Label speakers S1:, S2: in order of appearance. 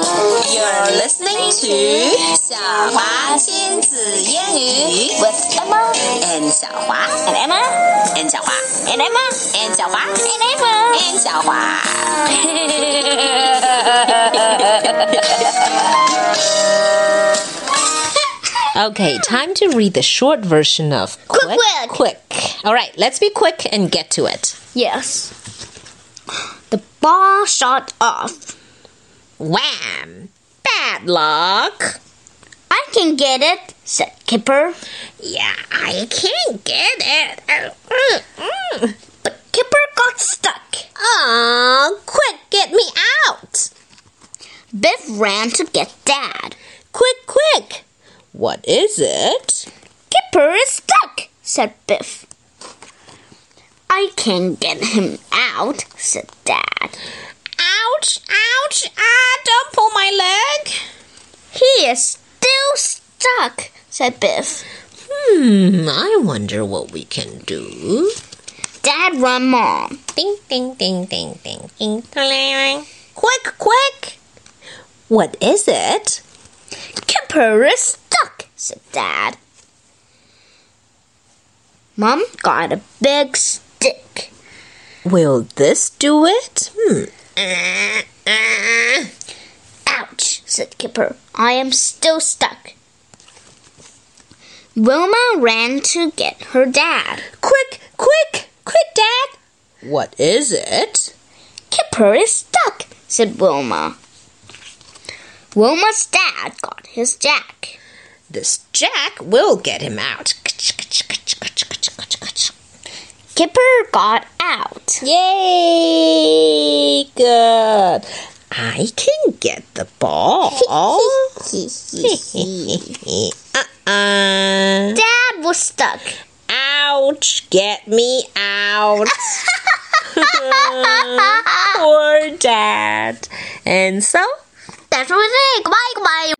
S1: You're listening to 小华亲子英语 with Emma and 小华 and Emma and 小华 and Emma and 小华 and Emma and 小华。
S2: Okay, time to read the short version of
S3: Quick,
S2: Quick. quick. All right, let's be quick and get to it.
S3: Yes. The ball shot off.
S2: Wham! Bad luck.
S3: I can get it, said Kipper.
S2: Yeah, I can't get it. Oh, mm, mm.
S3: But Kipper got stuck.
S2: Aw, quick, get me out.
S3: Biff ran to get Dad.
S2: Quick, quick. What is it?
S3: Kipper is stuck, said Biff. I can get him out, said Dad.
S2: Ouch, ouch, ah, don't pull my leg.
S3: He is still stuck, said Biff.
S2: Hmm, I wonder what we can do.
S3: Dad ran Mom.
S2: Ding, ding, ding, ding, ding, ding, ding. Quick, quick. What is it?
S3: Kipper is stuck, said Dad. Mom got a big stick.
S2: Will this do it? Hmm.
S3: Hmm. Ouch, said Kipper. I am still stuck. Wilma ran to get her dad.
S2: Quick, quick, quick, Dad. What is it?
S3: Kipper is stuck, said Wilma. Wilma's dad got his jack.
S2: This jack will get him out.
S3: Kipper got out.
S2: Yay! Good. I can get the ball. uh-uh.
S3: dad was stuck.
S2: Ouch! Get me out! Poor dad. And so
S3: That's what it is. Goodbye, goodbye.